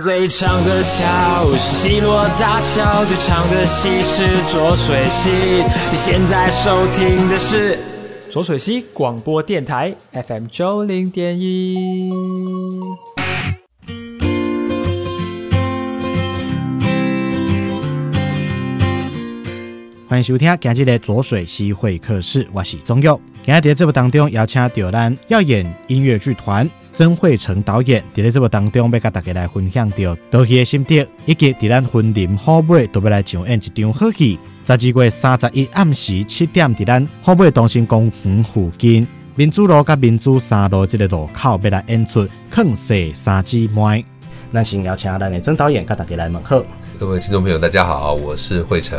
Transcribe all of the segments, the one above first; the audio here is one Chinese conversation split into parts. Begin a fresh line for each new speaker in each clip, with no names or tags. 最长的桥是西罗大桥，最长的溪是浊水溪。你现在收听的是浊水溪广播电台 FM 九零点一。
欢迎收听今日的左水溪会客室，我是钟佑。今日在节目当中邀请到咱耀眼音乐剧团曾慧成导演，在咱节目当中要甲大家来分享到导戏的心得，以及在咱婚林好尾都要来上演一场好戏。十二月三十一暗时七点，在咱好尾东心公园附近民主路甲民主三路这个路口要来演出《坑死三姊妹》。咱先邀请咱的曾导演甲大家来问好。
各位听众朋友，大家好，我是惠成。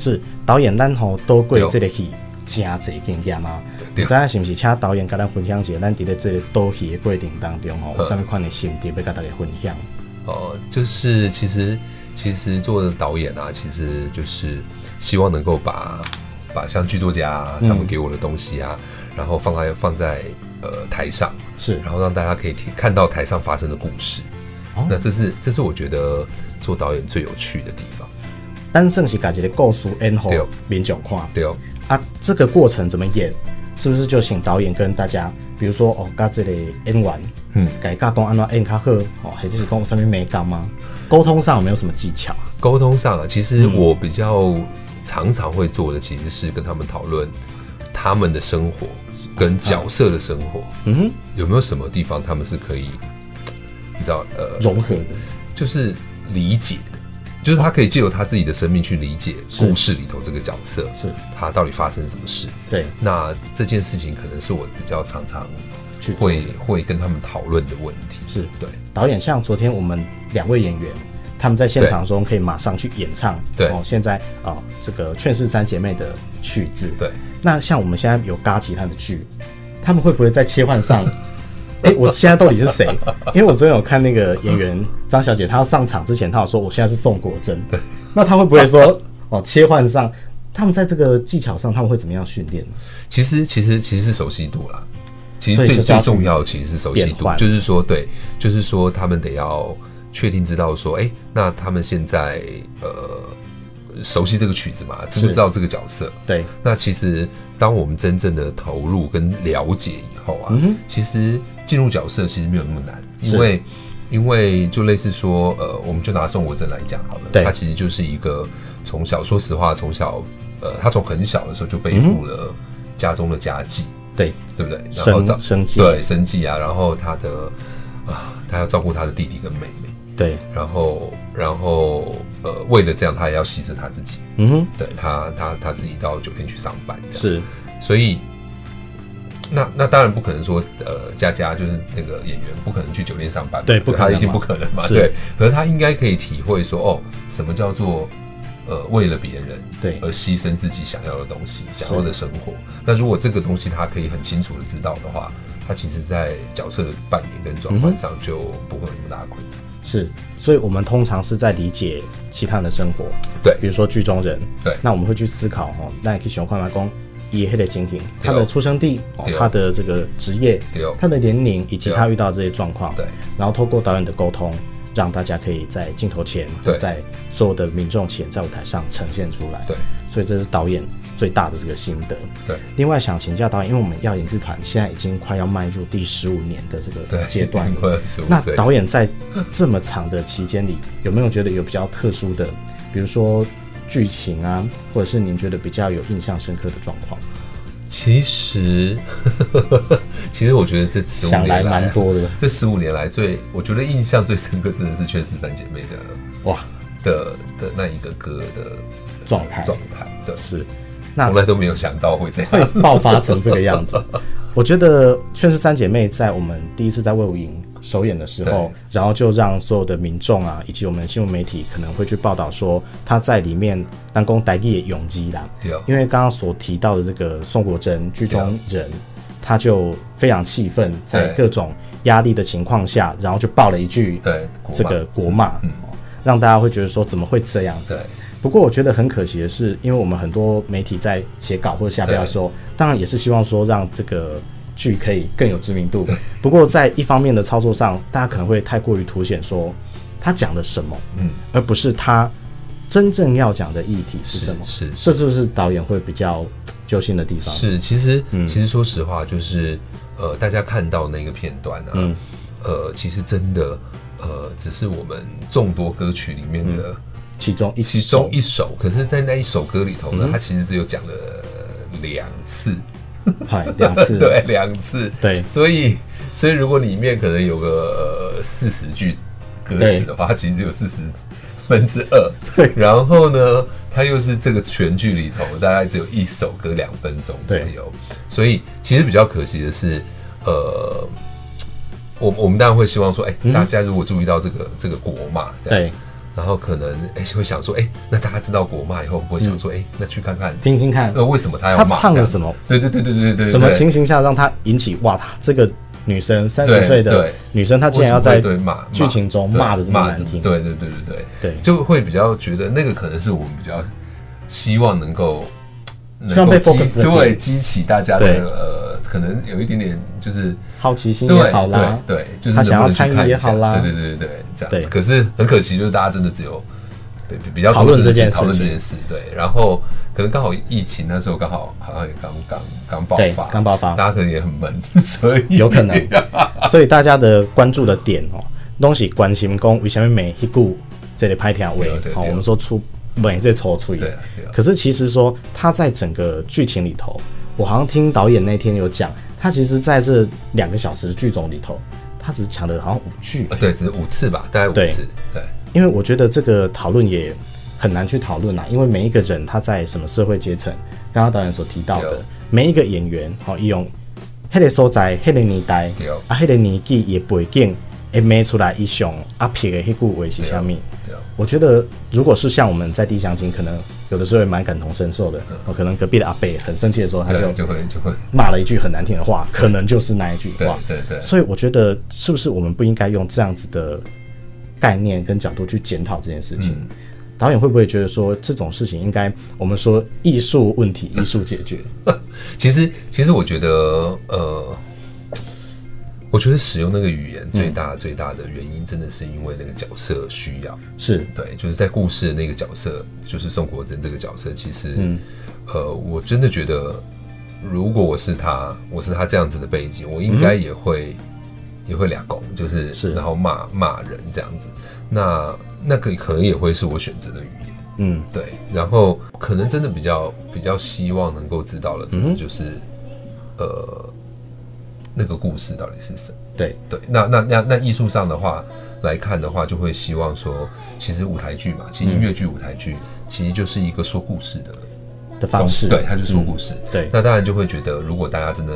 是导演，咱吼多过这个戏真侪经验啊。你
对
知影是毋是？请导演甲咱分享一下，咱伫咧这个导戏的过程当中吼，有啥物款的心得要甲大家分享？
哦、就是其实其实做导演啊，其实就是希望能够把把像剧作家、啊、他们给我的东西啊，然后放在放在呃台上，
是
然后让大家可以听看到台上发生的故事。
哦
那这是这是我觉得做导演最有趣的地方。
单算是甲一个故事演互
对哦
民众看
对哦，
啊，这个过程怎么演？是不是就请导演跟大家，比如说哦，甲这个演员，
嗯
甲伊教讲安怎演较好，哦，或者是讲有啥物美感吗？沟通上有没有什么技巧？
沟通上啊，其实
嗯
我比较常常会做的，其实是跟他们讨论他们的生活跟角色的生活。
嗯哼，
有没有什么地方他们是可以，你知道，呃，
融合的
就是理解的，就是他可以借由他自己的生命去理解
是
故事里头这个角色，
是
他到底发生什么事。
对，
那这件事情可能是我比较常常
去做
会会跟他们讨论的问题。
是
对
导演像昨天我们两位演员，他们在现场中可以马上去演唱，
对
哦，现在啊、哦这个《劝世三姐妹》的曲子，
对，
那像我们现在有嘎其他的剧，他们会不会在切换 上？哎、我现在到底是谁？因为我昨天有看那个演员张小姐，她要上场之前，她有说我现在是宋国珍，那她会不会 说哦切换上？他们在这个技巧上，他们会怎么样训练？
其实其实其实是熟悉度啦。其
所
实
以就
最
是要
最
去
重要的其实是熟悉
变
度
换，
就是说对，就是说他们得要确定知道说，哎、那他们现在呃熟悉这个曲子嘛，知不
是
知道这个角色？
对，
那其实当我们真正的投入跟了解以后啊，
嗯哼
其实进入角色其实没有那么难，
是
因为因为就类似说，呃，我们就拿宋国珍来讲好了，
对
他其实就是一个从小，说实话，从小，呃，他从很小的时候就
嗯
背负了家中的家计，
对，
对不对？然后
生
照
生计
对生计啊，然后他的啊，他要照顾他的弟弟跟妹妹，
对，
然后然后呃，为了这样，他也要牺牲他自己。
嗯哼，
对他，他他自己到酒店去上班，这样
是
所以那那当然不可能说，呃，佳佳就是那个演员，不可能去酒店上班嘛，
对不可能嘛
他一定不可能嘛，
是
对。可是他应该可以体会说，哦，什么叫做呃为了别人
对
而牺牲自己想要的东西，想要的生活。那如果这个东西他可以很清楚的知道的话，他其实在角色的扮演跟转换上就不会有那么大的困
嗯
难。
是，所以我们通常是在理解其他人的生活，
对
比如说剧中人，
对
那我们会去思考哦，那也可以喜欢看外公。以黑的情形，他的出生地、哦
哦对、哦
他的这个职业
对哦、
他的年龄以及
对哦
他遇到这些状况，
对，
然后透过导演的沟通，让大家可以在镜头前
对，
在所有的民众前，在舞台上呈现出来。
对，
所以这是导演最大的这个心得。
对，
另外想请教导演，因为我们耀眼剧团现在已经快要迈入第十五年的这个
对，
阶段了，
快要十五
那
岁，
导演在这么长的期间里，有没有觉得有比较特殊的，比如说剧情啊，或者是您觉得比较有印象深刻的状况？
其实，其实我觉得这十五
想
年
来
来啊
蛮多的
这十五年来最，我觉得印象最深刻，真的是《劝世三姐妹
哇，
的》的的那一个歌的
状态
状态，对，
是， 那
从来都没有想到会这样。
会爆发成这个样 子。我觉得《劝世三姐妹》在我们第一次在魏武营首演的时候
对，
然后就让所有的民众啊，以及我们新闻媒体可能会去报道说，她在里面当公台地的勇基啦，
对啊
因为刚刚所提到的这个宋国珍剧中人，他就非常气愤，在
对
各种压力的情况下，然后就爆了一句
对
这
国骂嗯
个国骂，哦让大家会觉得说怎么会这样子
对？
不过我觉得很可惜的是，因为我们很多媒体在写稿或者下标的时候，当然也是希望说让这个剧可以更有知名度。不过在一方面的操作上，大家可能会太过于凸显说他讲了什么，
嗯，
而不是他真正要讲的议题是什么。
是
这是不是导演会比较揪心的地方？
是，其实
嗯
其实说实话，就是呃，大家看到那个片段啊，
嗯
呃，其实真的呃，只是我们众多歌曲里面的
其中嗯一
其中
首嗯
一首，可是，在那一首歌里头呢，它其实只有讲了两次，
嗨两次，
对，两次，
对
所以所以如果里面可能有个呃四十句歌词的话，它其实只有四十分之二，
对
然后呢，它又是这个全剧里头大概只有一首歌两分钟左右，所以其实比较可惜的是，呃。我我们当然会希望说，哎、大家如果注意到这个这个国骂，这样
嗯对，
然后可能哎、会想说，哎、那大家知道国骂以后，会想说，哎、那去看看，
嗯听听看
那为什么他要
他
骂？
唱了
这样子
什么？
对对对对对呃对对，
什么情形下让他引起哇，这个女生三十
对
岁的
对
女生，她
他
竟然要在
对骂
剧情中
对
骂的这么
骂
难听，
对对对对对
对
就会比较觉得那个可能是我们比较希望能够能
希望被
够激
focus 的点
对激起大家
对
的呃，可能有一点点就是
好奇心
对
也好啦，
对对，就是
他想要
能不能
参
去
与
看一
也
下
好啦
对对对对对，这样
对
子。可是很可惜，就是大家真的只有比比比较多
讨论
真的是
这件
讨论
事
这
情
件事，对。然后可能刚好疫情那时候刚好好像也刚刚刚爆
对
发，
刚爆发
大家可能也很闷， 所以
有可能。所以大家的关注的点哦，拢是关心讲为什么每一股这里拍条尾
对啊对对，
好、我们说出每这抽出
对啊对啊
可是其实说他在整个剧情里头，我好像听导演那天有讲，他其实在这两个小时的剧种里头，他只讲了好像五句，
呃对，只是五次吧，大概五
对
次，对。
因为我觉得这个讨论也很难去讨论啊，因为每一个人他在什么社会阶层，刚刚导演所提到
对
的，每一个演员好利用迄个所在、迄个年代
对
啊、迄个年纪也背景，会骂出来伊上啊撇的迄句话是啥物？
对啊
我觉得如果是像我们在地相亲，可能有的时候也蛮感同身受的。哦，可能隔壁的阿伯很生气的时候，他
嗯对，
就
就会就会，
骂了一句很难听的话，可能就是那一句
对
话。
对对
所以我觉得，是不是我们不应该用这样子的概念跟角度去检讨这件事情？
嗯
导演会不会觉得说这种事情应该我们说艺术问题艺术解决？
其实其实我觉得，呃，我觉得使用那个语言最
嗯
大最大的原因，真的是因为那个角色需要。
是
对，就是在故事的那个角色，就是宋国珍这个角色，其实，
嗯
呃，我真的觉得，如果我是他，我是他这样子的背景，我应该也会、也会俩拱，就是
嗯是
然后骂骂人这样子。那那个可能也会是我选择的语言。
嗯，
对，然后可能真的比较比较希望能够知道的，
嗯
真的就是、呃，那个故事到底是什么。
对，
对，那那那那艺术上的话来看的话，就会希望说，其实舞台剧嘛，
嗯
其实音乐剧、舞台剧其实就是一个说故事的
的方
东
式嗯
西，对，它就是说故事。
对
那当然就会觉得，如果大家真的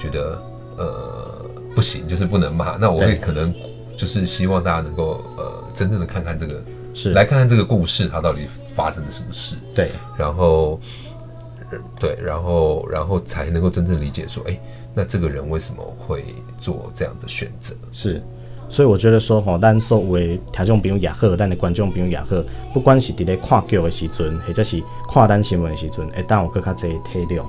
觉得呃不行，就是不能骂，那我会
对
可能就是希望大家能够呃真正的看看这个，
是
来看看这个故事它到底发生了什么事。
对
然后，呃对，然后，然后才能够真正理解说，哎，那这个人为什么会做这样的选择？
是。所以我觉得说吼，咱所为听众朋友也好，咱的观众朋友也好，不管是伫咧看剧的时阵，或者是看咱新闻的时阵，会当有更较侪体谅。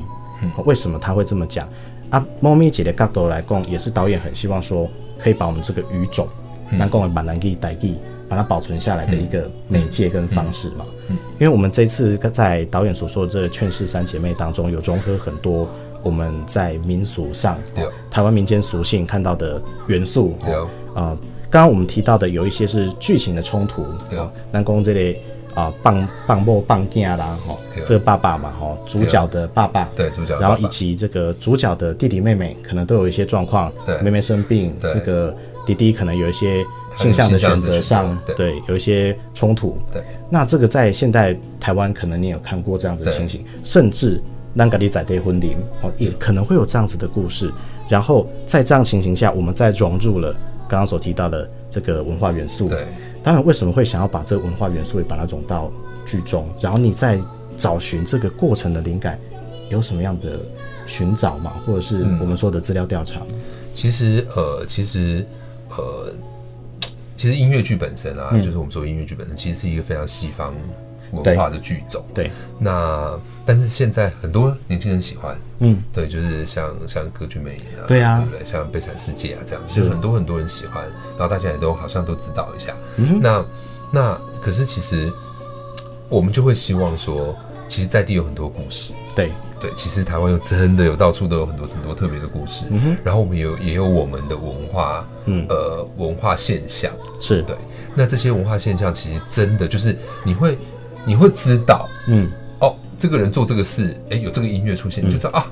为什么他会这么讲？啊，猫咪姐的角度来讲，也是导演很希望说，可以把我们这个语种，咱讲的闽南语、台语，把它保存下来的一个媒介跟方式嘛。因为我们这次在导演所说的这个《劝世三姐妹》当中，有融合很多我们在民俗上、
对
哦台湾民间俗性看到的元素。
对
哦啊，刚刚我们提到的有一些是剧情的冲突，
对
啊，南宫这类啊棒棒某棒囝啦，吼、
对
这个爸爸嘛，吼、主角的爸爸，
对主角的
然后
爸
以
爸
及这个主角的弟弟妹妹可能都有一些状况，
对
妹妹生病，
对
这个弟弟可能有一些
他
性
有
向的
性向
选
的
择
选择
上，
对
对，有一些冲突，
对，
那这个在现代台湾，可能你有看过这样子的情形，甚至让咖喱仔的婚礼哦，也可能会有这样子的故事。然后在这样情形下，我们再融入了刚刚所提到的这个文化元素。
对，
当然为什么会想要把这个文化元素也把它融到剧中？然后你在找寻这个过程的灵感，有什么样的寻找嘛，或者是
嗯
我们说的资料调查？
其实，呃，其实，呃，其实音乐剧本身啊，就是我们说音乐剧本身，其实是一个非常西方文化的剧种。
嗯对，
那但是现在很多年轻人喜欢，
嗯，
对，就是像像《歌剧魅影》啊，
对啊
对不对？像《悲惨世界》啊，这样，
是
就很多很多人喜欢，然后大家也都好像都知道一下。
嗯哼
那那可是其实我们就会希望说，其实在地有很多故事，
对，
对，其实台湾有真的有到处都有很多很多特别的故事，
嗯哼，
然后我们也有也有我们的文化，
嗯，
呃，文化现象。
是，
对那这些文化现象其实真的就是你会你会知道
嗯，
哦，这个人做这个事，哎，有这个音乐出现，你就知道啊，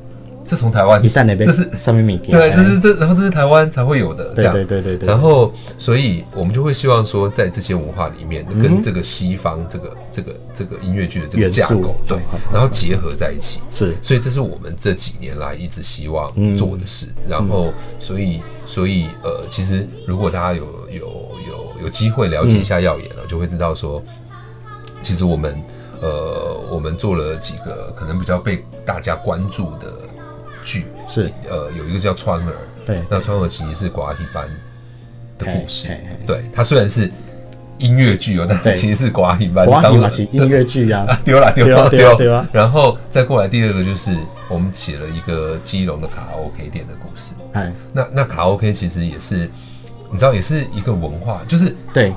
这从台湾
一，旦那边
这是
上面米给，
对，这是这，然后这是台湾才会有的这
对
样。
对对对对，
然后，所以我们就会希望说，在这些文化里面，
嗯
跟这个西方这个这个这个音乐剧的这个
元
架
素
构，对
好好，好
然后结合在一起。
是，
所以这是我们这几年来一直希望做的事。
嗯
然后，所以，所以，呃，其实如果大家有有有有机会了解一下耀眼了，就会知道说，其实我们呃，我们做了几个可能比较被大家关注的剧，
是
呃，有一个叫《川儿》，
对，
那《川儿》其实是寡一班的故事
嘿嘿嘿，
对，它虽然是音乐剧哦，
对
但其实是寡一班，
华语
当
嘛
然
是音乐剧啊，
丢啦丢
对
啦
啊对啊
丢
对啊
然后再过来第二个就是我们写了一个基隆的卡拉 OK 店的故事。
哎，
那那卡拉 OK 其实也是，你知道也是一个文化，就是
对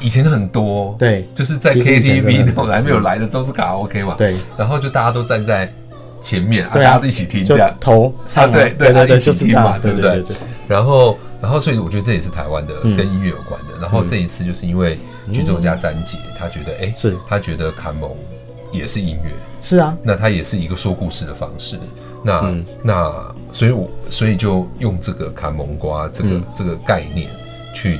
以前很多
对
就是在
其实以前真的
KTV
很
那
多
种来没有来的都是卡拉 OK 嘛。。
对，
然后就大家都站在前面啊，
对啊
大家都一起听
就
这样。
头唱啊，
啊对对
对
他
对，
一起
就是这
听
样
嘛，
对
对不
对
对
对，
然后然后所以我觉得这也是台湾的
嗯
跟音乐有关的。然后这一次就是因为剧作家詹姐，她觉得哎，
是
她觉得卡蒙也是音乐。
是啊，
那它也是一个说故事的方式。那、
嗯
那所以我所以就用这个砍蒙瓜这个、
嗯
这个概念去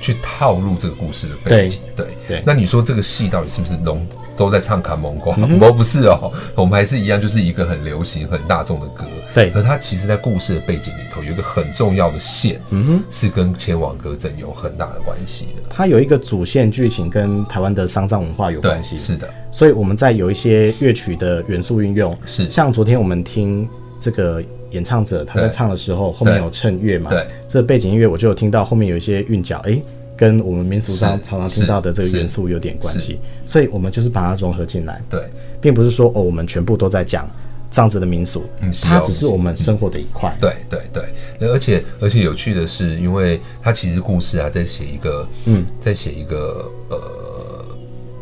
去套入这个故事的背景。对
对
那你说这个戏到底是不是龙都在唱砍蒙瓜？
嗯哼
不、不是哦，我们还是一样，就是一个很流行、很大众的歌。
对
可它其实在故事的背景里头有一个很重要的线，
嗯哼，
是跟千王歌阵有很大的关系的。
它有一个主线剧情跟台湾的丧葬文化有
对
关，系，
是的，
所以我们在有一些乐曲的元素运用，
是
像昨天我们听这个演唱者他在
对
唱的时候，后面
对
有衬乐嘛，
对，
这背景音乐我就有听到后面有一些韵脚，诶，跟我们民俗上
是
常常听到的这个
是
元素有点关系，所以我们就是把它融合进来，
对，
并不是说哦我们全部都在讲这样子的民俗，
嗯是哦嗯
它只是我们生活的一块，
对对对，那而且而且有趣的是，因为他其实故事啊，在写一个，
嗯，
在写一个呃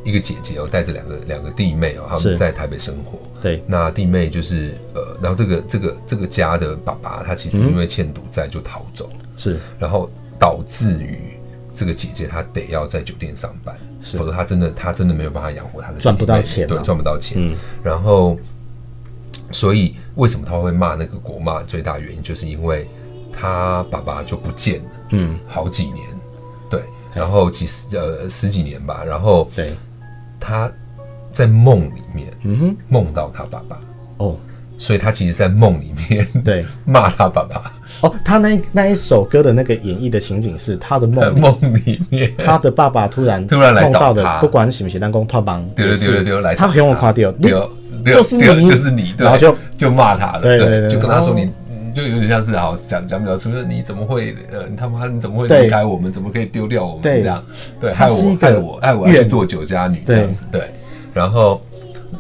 一个姐姐哦，带着两个两个弟妹哦，他
是
们在台北生活。
对
那弟妹就是呃，然后这个这个这个家的爸爸，他其实
嗯
因为欠赌债就逃走，
是
然后导致于这个姐姐她得要在酒店上班，
是
否则她真的她真的没有办法养活她的
赚不到
弟妹
钱
对
嘛，
赚不到钱。
嗯
然后，所以为什么他会骂那个国骂？最大原因就是因为他爸爸就不见了
嗯
好几年，对，然后几十呃十几年吧，然后
对
他在梦里面
嗯哼
梦到他爸爸，
哦
所以他其实在梦里面
对。
骂他爸爸，
哦，他那那一首歌的那个演绎的情景是他的
在
梦里
呃梦里面。
他的爸爸突然
突然来
碰
找
到的
他，
不管是不是咱讲托邦，
对
也
对
是
对对对，来
他
找
给我夸掉，哦你
丢丢
就是
丢
你，
就是你，对
然后就
就骂他了，
对对对
就跟他
哦
说你。嗯就有点像是好讲讲不了出，就是你怎么会呃，你他妈你怎么会
对
离开我们？怎么可以丢掉我们
对
这样？对，
他
害
是一
我
个
害我害我要
怨
去做酒家女
对
这样子，对。然后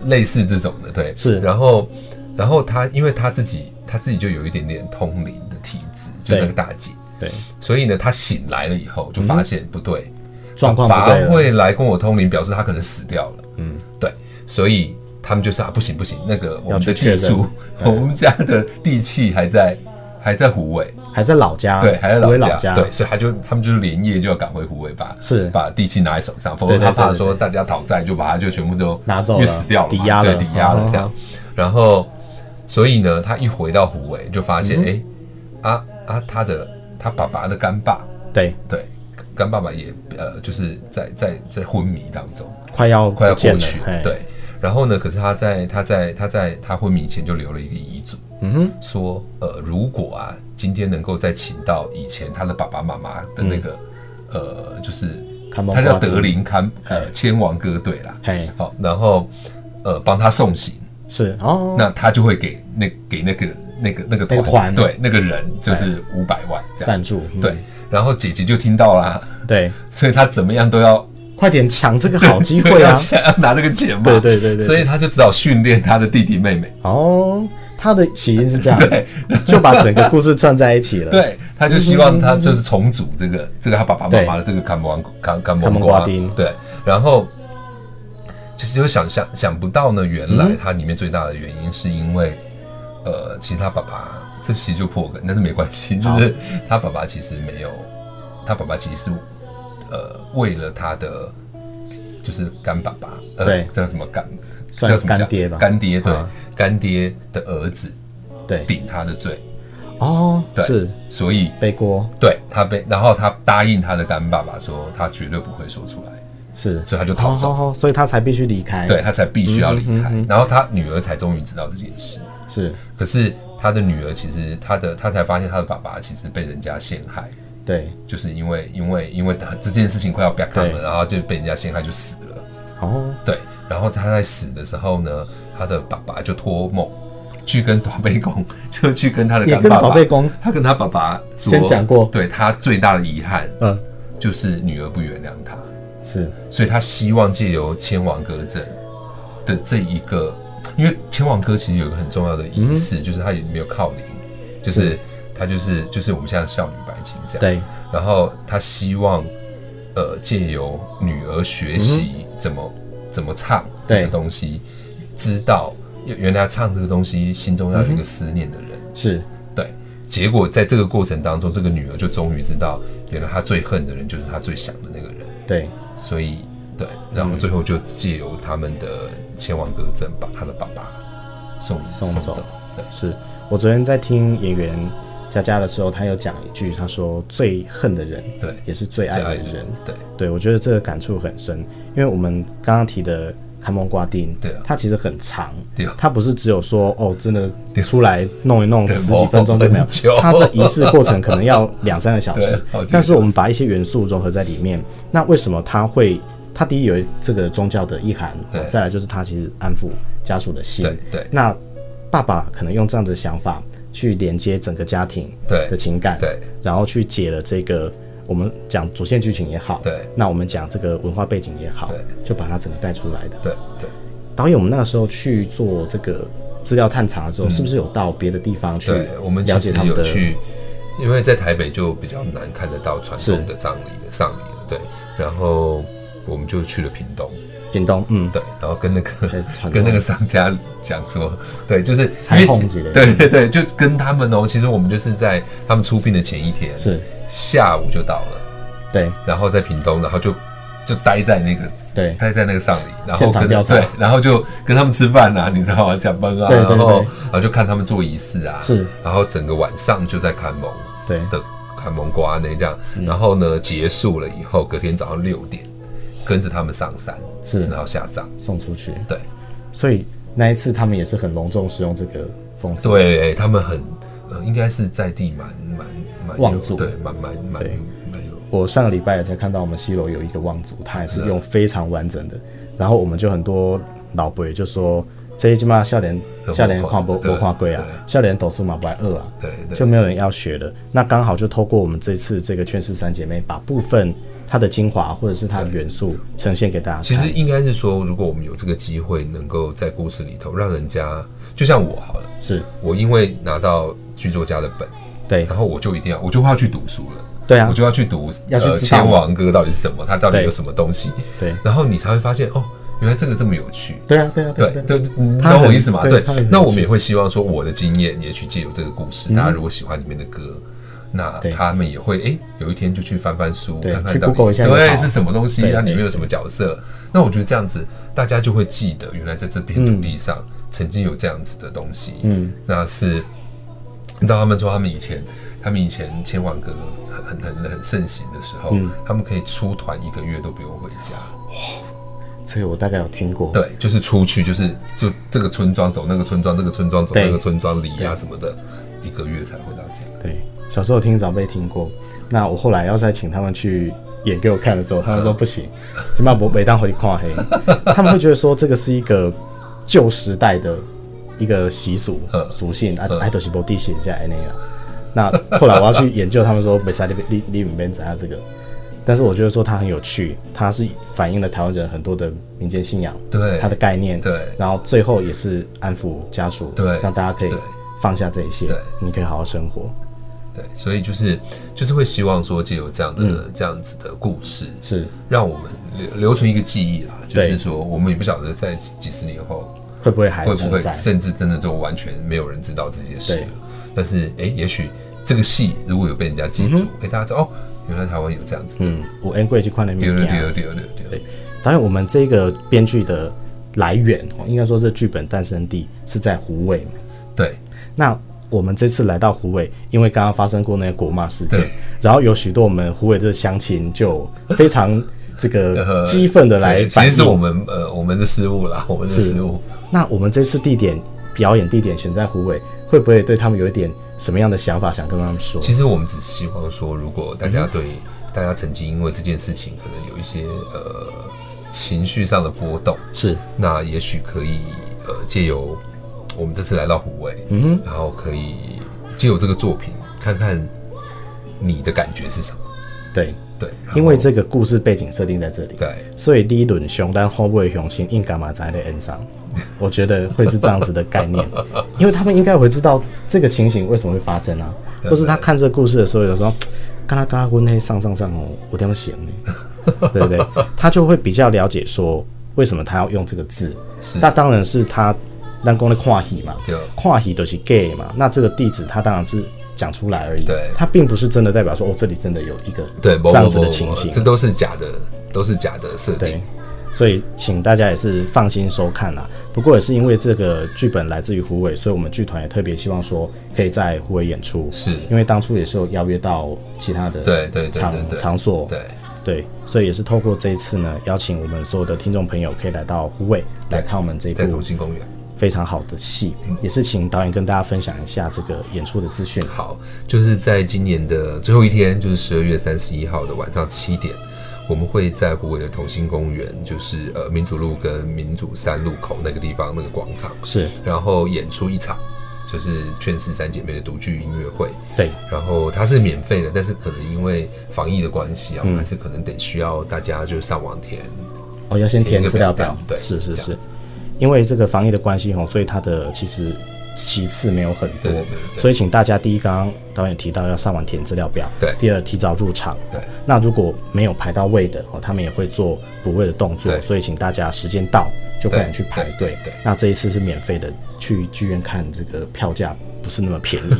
类似这种的，对，
是
然后然后他因为他自己他自己就有一点点通灵的体质，就
对嗯
那个大姐，
对
所以呢，他醒来了以后就发现不对，
状况
爸
不对
爸
了，
会来跟我通灵，表示他可能死掉了。
嗯，
对，所以他们就说啊，不行不行，那个我们
要去
的
确
地
认
主， 我们家的地契还在还在虎尾，
还在老家，
对，还在
回
老
啊老
家，对，所以他就他们就是连夜就要赶回虎尾，把
是
把地契拿在手上，否
对
则
对
他怕
对对
说大家讨债，就把他就全部都
拿走了
因为死掉了嘛，
抵押了哦
对，抵押
好好
了这样。然后，所以呢，他一回到虎尾，就发
嗯
现哎，啊啊，他的他爸爸的干爸，
对，
对，干爸爸也呃，就是在在在昏迷当中。
快要
快要
不见
过
了
去，
嘿
了，，对。然后呢，可是他在他在他在他昏迷前就留了一个遗嘱，
嗯哼，
说呃，如果啊今天能够再请到以前他的爸爸妈妈的那个、呃，就是
嗯看猫
他
挂
叫
钩
德林堪呃千王歌队啦，
嘿，
好，然后呃帮他送行，
是哦，
那他就会给那给那个那个那个
那个团
对那个人就是五百万这样，
赞助，嗯
对。然后姐姐就听到啦，
对
所以她怎么样都要
快点抢这个好机会
要
啊！
想要拿这个钱嘛，
对对对对对
所以他就只好训练他的弟弟妹妹，
哦，他的起因是这样，
对
就把整个故事串在一起了。，
对，他就希
嗯
望他就是重组这个这个他爸爸妈妈的这个看蒙看
看
看
门
蒙瓜
瓜丁
对，然后就是就想想想不到呢，原来
嗯
它里面最大的原因是因为、呃，其实他爸爸这其实就破梗，但是没关系，就
好
是他爸爸其实没有，他爸爸其实是呃为了他的就是干爸爸，呃，
对
叫什么干。
算
叫什么讲
干爹吧
干爹对
啊，
干爹的儿子
对，
顶他的罪，
哦，
对
是
所以
背锅，
对他被，然后他答应他的干爸爸说，他绝对不会说出来，
是，
所以他就
好
逃走，
好好，所以他才必须离开。
对，他才必须要离
哦
开。
嗯嗯嗯
然后他女儿才终于知道这件事，
是，
可是他的女儿其实他的他才发现他的爸爸其实被人家陷害，
对，
就是因为因为因为他这件事情快要 back up
对
了，然后就被人家陷害就死了，
哦，
对。然后他在死的时候呢，他的爸爸就托梦去跟宝贝公， 就去跟他的
也
干
跟
爸
宝
爸
贝。公，
他跟他爸爸说
先讲过
对他最大的遗憾
嗯，
就是女儿不原谅他，
是
所以他希望借由千王歌阵的这一个，因为千王歌其实有一个很重要的
嗯
仪式，就是他也没有靠铃，就是他就是就是我们现在少女白琴这样。。
对，
然后他希望呃借由女儿学习怎么、怎么唱这
嗯对
个东西，知道原来唱这个东西心中要有一
嗯
个思念的人。
是
对，结果在这个过程当中，这个女儿就终于知道，原来她最恨的人就是她最想的那个人，
对，
所以对，然后最后就借由他们的千王歌阵，把她的爸爸送
送走
走。对，
是我昨天在听演员佳佳的时候，他有讲一句，他说最恨的人，
对
也是最爱
最
的
爱的
人
人。，对，
对，我觉得这个感触很深，因为我们刚刚提的看蒙瓜丁，
对啊
它其实很长
对啊，
它不是只有说哦，真的
对啊
出来弄一弄
对
十几分钟就没有
很久，
它在仪式过程可能要两三个小
对
时
好几个小时，
但是我们把一些元素融合在里面，那为什么它会？它第一有这个宗教的意涵
对，
再来就是它其实安抚家属的心
对，对
那爸爸可能用这样的想法去连接整个家庭
对
的情感，
对，
然后去解了这个我们讲主线剧情也好，
对
那我们讲这个文化背景也好，
对，
就把它整个带出来的。
对对
导演，我们那个时候去做这个资料探查的时候，是不是有到别的地方去
嗯对，我们
了
其
解
实
他们
有
的？
去，因为在台北就比较难看得到传统的葬礼的丧礼了，对，然后我们就去了屏东。
屏东，嗯，
对，然后跟那
哎
个
传
跟那
统
个商家讲说，对，就是因
裁
为
缝
其
之类的
对对对，就跟他们哦、其实我们就是在他们出殡的前一天，
是，
下午就到了，
对，
然后在屏东，然后就就待在那个
对
待在那个丧礼，然
现
后
场
跟
调查
对，然后就跟他们吃饭啊， 你知道吗？讲班啊，
对对
然后
对
然后就看他们做仪式啊，
是，
然后整个晚上就在看蒙
对，
的看蒙瓜那这样，
嗯
然后呢结束了以后，隔天早上六点跟着他们上山，
是
然后下葬，
送出去。
对。
所以那一次他们也是很隆重使用这个风俗，
对他们很呃，应该是在地蛮蛮蛮
望
有
族
对，蛮蛮蛮
对
蛮有
我上个礼拜也才看到我们西楼有一个望族，他也是用非常完整的，然后我们就很多老辈就说，这一季嘛笑脸
有
笑脸跨
看
不
过
不跨龟啊
对，
笑脸抖数嘛不爱饿啊，
对对
就没有人要学了。那刚好就透过我们这次这个劝世三姐妹，把部分它的精华或者是它的元素呈现给大家看。
其实应该是说，如果我们有这个机会，能够在故事里头让人家，就像我好了，
是
我因为拿到剧作家的本，
对
然后我就一定要，我就要去读书了。
对啊
我，就要去读，
要去
呃、
知道
千王歌到底是什么，它到底
对
有什么东西，
对啊
然后你才会发现哦，原来这个这么有趣，
对啊对啊
对
啊
对，嗯你
他
懂我
很
意思吗？
对
对
他很，
那
有
我们
趣
也会希望说，我的经验也去借由这个故事，大家如果喜欢里面的歌，那
嗯对
他们也会哎，有一天就去翻翻书，
对
看
去
看到
Google 一
底
下就好
对是什么东西
对，
它
对
里面有什么角色。那我觉得这样子，大家就会记得原来在这片土地上曾经有这样子的东西。
嗯，
那是你知道他们说他们以前，他们以前千万歌很很很很盛行的时候，
嗯
他们可以出团一个月都不用回家。
这个我大概有听过。
对，就是出去，就是就这个村庄走那个村庄，这个村庄走
对
那个村庄，里呀什么的，一个月才回到家。
对，小时候听长辈听过，那我后来要再请他们去演给我看的时候，他们说不 行，起码我每当回去看黑，他们会觉得说这个是一个旧时代的一个习俗
嗯
俗性，啊，爱都是无地写啊下来那样。那后来我要去研究，他们说没啥，你你你没怎样这个。但是我觉得说它很有趣，它是反映了台湾人很多的民间信仰，
对
它的概念，
对
然后最后也是安抚家属，
对
让大家可以
对
放下这一些
对，
你可以好好生活，
对，所以就是就是会希望说借由这样的、
嗯
这样子的故事，
是
让我们留留存一个记忆啦。就
对
是说，我们也不晓得在几十年后
会不会还
会不
存
会，
在？
甚至真的就完全没有人知道这些事
对
了。但是，哎、也许这个戏如果有被人家记住，哎、大家知道哦，原来台湾有这样子的。
嗯，我 N 贵去看了
对
面
对对对对对
对，当然我们这个编剧的来源，哦应该说这剧本诞生地是在湖尾嘛，
对，
那我们这次来到湖尾，因为刚刚发生过那个国骂事件
对，
然后有许多我们湖尾的乡亲就非常这个
呃
激愤的来
对其
反
实是我
映。
们呃我们的失误啦，我们的
是
失误。
那我们这次地点表演地点选在湖尾，会不会对他们有一点什么样的想法，想跟他们说？
其实我们只希望说，如果大家对、大家曾经因为这件事情可能有一些呃情绪上的波动，
是
那也许可以呃借由我们这次来到虎尾，
嗯哼，
然后可以借由这个作品看看你的感觉是什么。
对，
对，然后
因为这个故事背景设定在这里，
对
所以第一轮熊但后尾雄心应干嘛在的 N 上，我觉得会是这样子的概念，因为他们应该会知道这个情形为什么会发生啊，
对
或是他看这个故事的时候，有时候刚刚刚温黑上上上哦，我这样想呢，对不对？他就会比较了解说为什么他要用这个字，
是
那当然是他让公的跨戏嘛，
对
跨戏都是 gay 嘛，那这个地址他当然是。讲出来而已，
对
他并不是真的代表说哦，这里真的有一个
对某
这样
某
子的
某
情
某
形，
这都是假的，都是假的设
对
定。，
所以请大家也是放心收看啦。不过也是因为这个剧本来自于胡伟，所以我们剧团也特别希望说可以在胡伟演出，
是
因为当初也是有邀约到其他的
对对对对
场
对
场所，
对，
对，所以也是透过这一次呢，邀请我们所有的听众朋友可以来到胡伟来看我们这一
在
部
同心公园。
非常好的戏，
嗯
也是请导演跟大家分享一下这个演出的资讯。
好，就是在今年的最后一天，就是十二月三十一号的晚上七点，我们会在湖北的同心公园，就是呃民主路跟民主三路口那个地方那个广场，
是
然后演出一场，就是劝世三姐妹的独居音乐会。
对，
然后它是免费的，但是可能因为防疫的关系啊，
嗯
还是可能得需要大家就上网填。
哦，要先
填
填
一个
资料
表
表
单，对
是是
这样
是
子，
因为这个防疫的关系吼，所以它的其实其次没有很多，
对对对对对
所以请大家第一，刚刚导演提到要上网填资料表，
对
第二提早入场，
对，
那如果没有排到位的哦，他们也会做补位的动作，
对
所以请大家时间到就快点去排
对
队
对对。
那这一次是免费的，去剧院看这个票价不是那么便宜，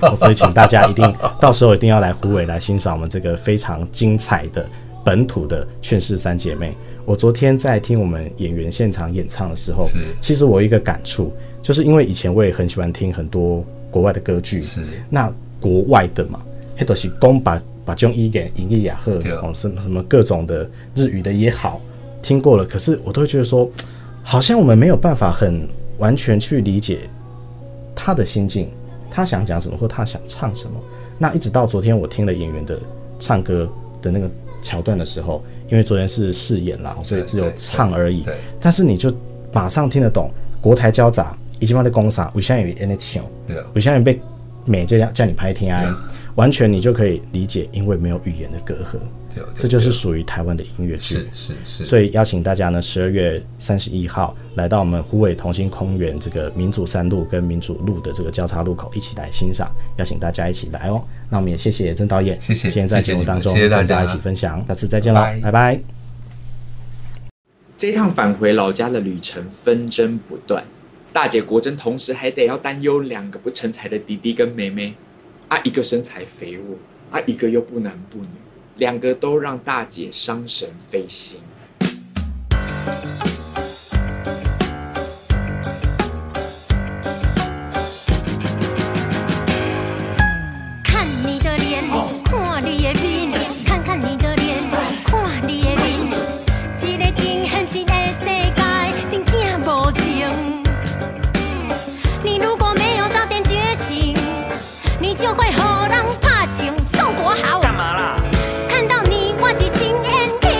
哦 所以请大家一定到时候一定要来湖尾来欣赏我们这个非常精彩的本土的《劝世三姐妹》。我昨天在听我们演员现场演唱的时候
是，
其实我有一个感触，就是因为以前我也很喜欢听很多国外的歌剧，
是
那国外的嘛，迄都是讲把把中医给英译雅赫
对
哦，什么什么各种的日语的也好，听过了，可是我都会觉得说，好像我们没有办法很完全去理解他的心境，他想讲什么或他想唱什么。那一直到昨天我听了演员的唱歌的那个桥段的时候，因为昨天是试演啦，哦所以只有
对对
唱而已
对。
但是你就马上听得懂国台交杂，以及他的工厂，我现在有 N 强。
对啊，
我相信被美这样叫你拍天安，完全你就可以理解，因为没有语言的隔阂，
对啊，对啊
这就是属于台湾的音乐剧
是。是是，
所以邀请大家呢，十二月三十一号来到我们虎尾同心公园这个民主三路跟民主路的这个交叉路口，一起来欣赏。邀请大家一起来哦。那我们也谢谢曾导演，
谢谢
今天在
谢谢
节目
你们
当中
谢谢大
跟
家
一起分享，下次再见喽，
拜
拜
拜
拜
这趟返回老家的旅程纷争不断，大姐国珍同时还得要担忧两个不成才的弟弟跟妹妹，啊，一个身材肥沃，啊，一个又不男不女，两个都让大姐伤神费心。
看你的脸，看你的面，看看你的脸，看你的面，一个真现实的世界，真正无情。你如果没有早点觉醒，你就会和人拍情。宋国豪，干嘛啦？看到你，我是真眼皮。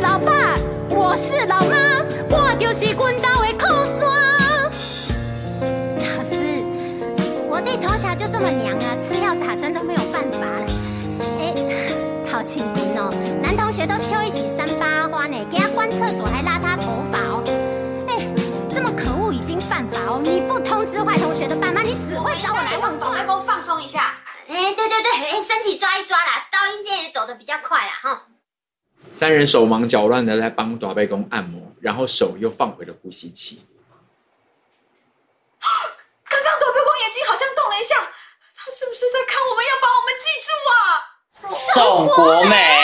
老爸，我是老妈，我就是阮家的靠山。老师，我弟从小就这么娘啊，吃药打针都没有办法了。哎、好庆功哦，男同学都秋一起三八花呢，给他关厕所还拉他头发哦。哎、这么可恶已经犯法哦，你不通知坏同学的爸妈，你只会找我来问啊
放
话
外。公放松一下。
哎，对对对，哎，身体抓一抓啦，到阴间也走得比较快啦，哈。
三人手忙脚乱的在帮短背公按摩，然后手又放回了呼吸器。
刚刚躲避光眼睛好像动了一下，他是不是在看我们，要把我们记住啊？
宋国美。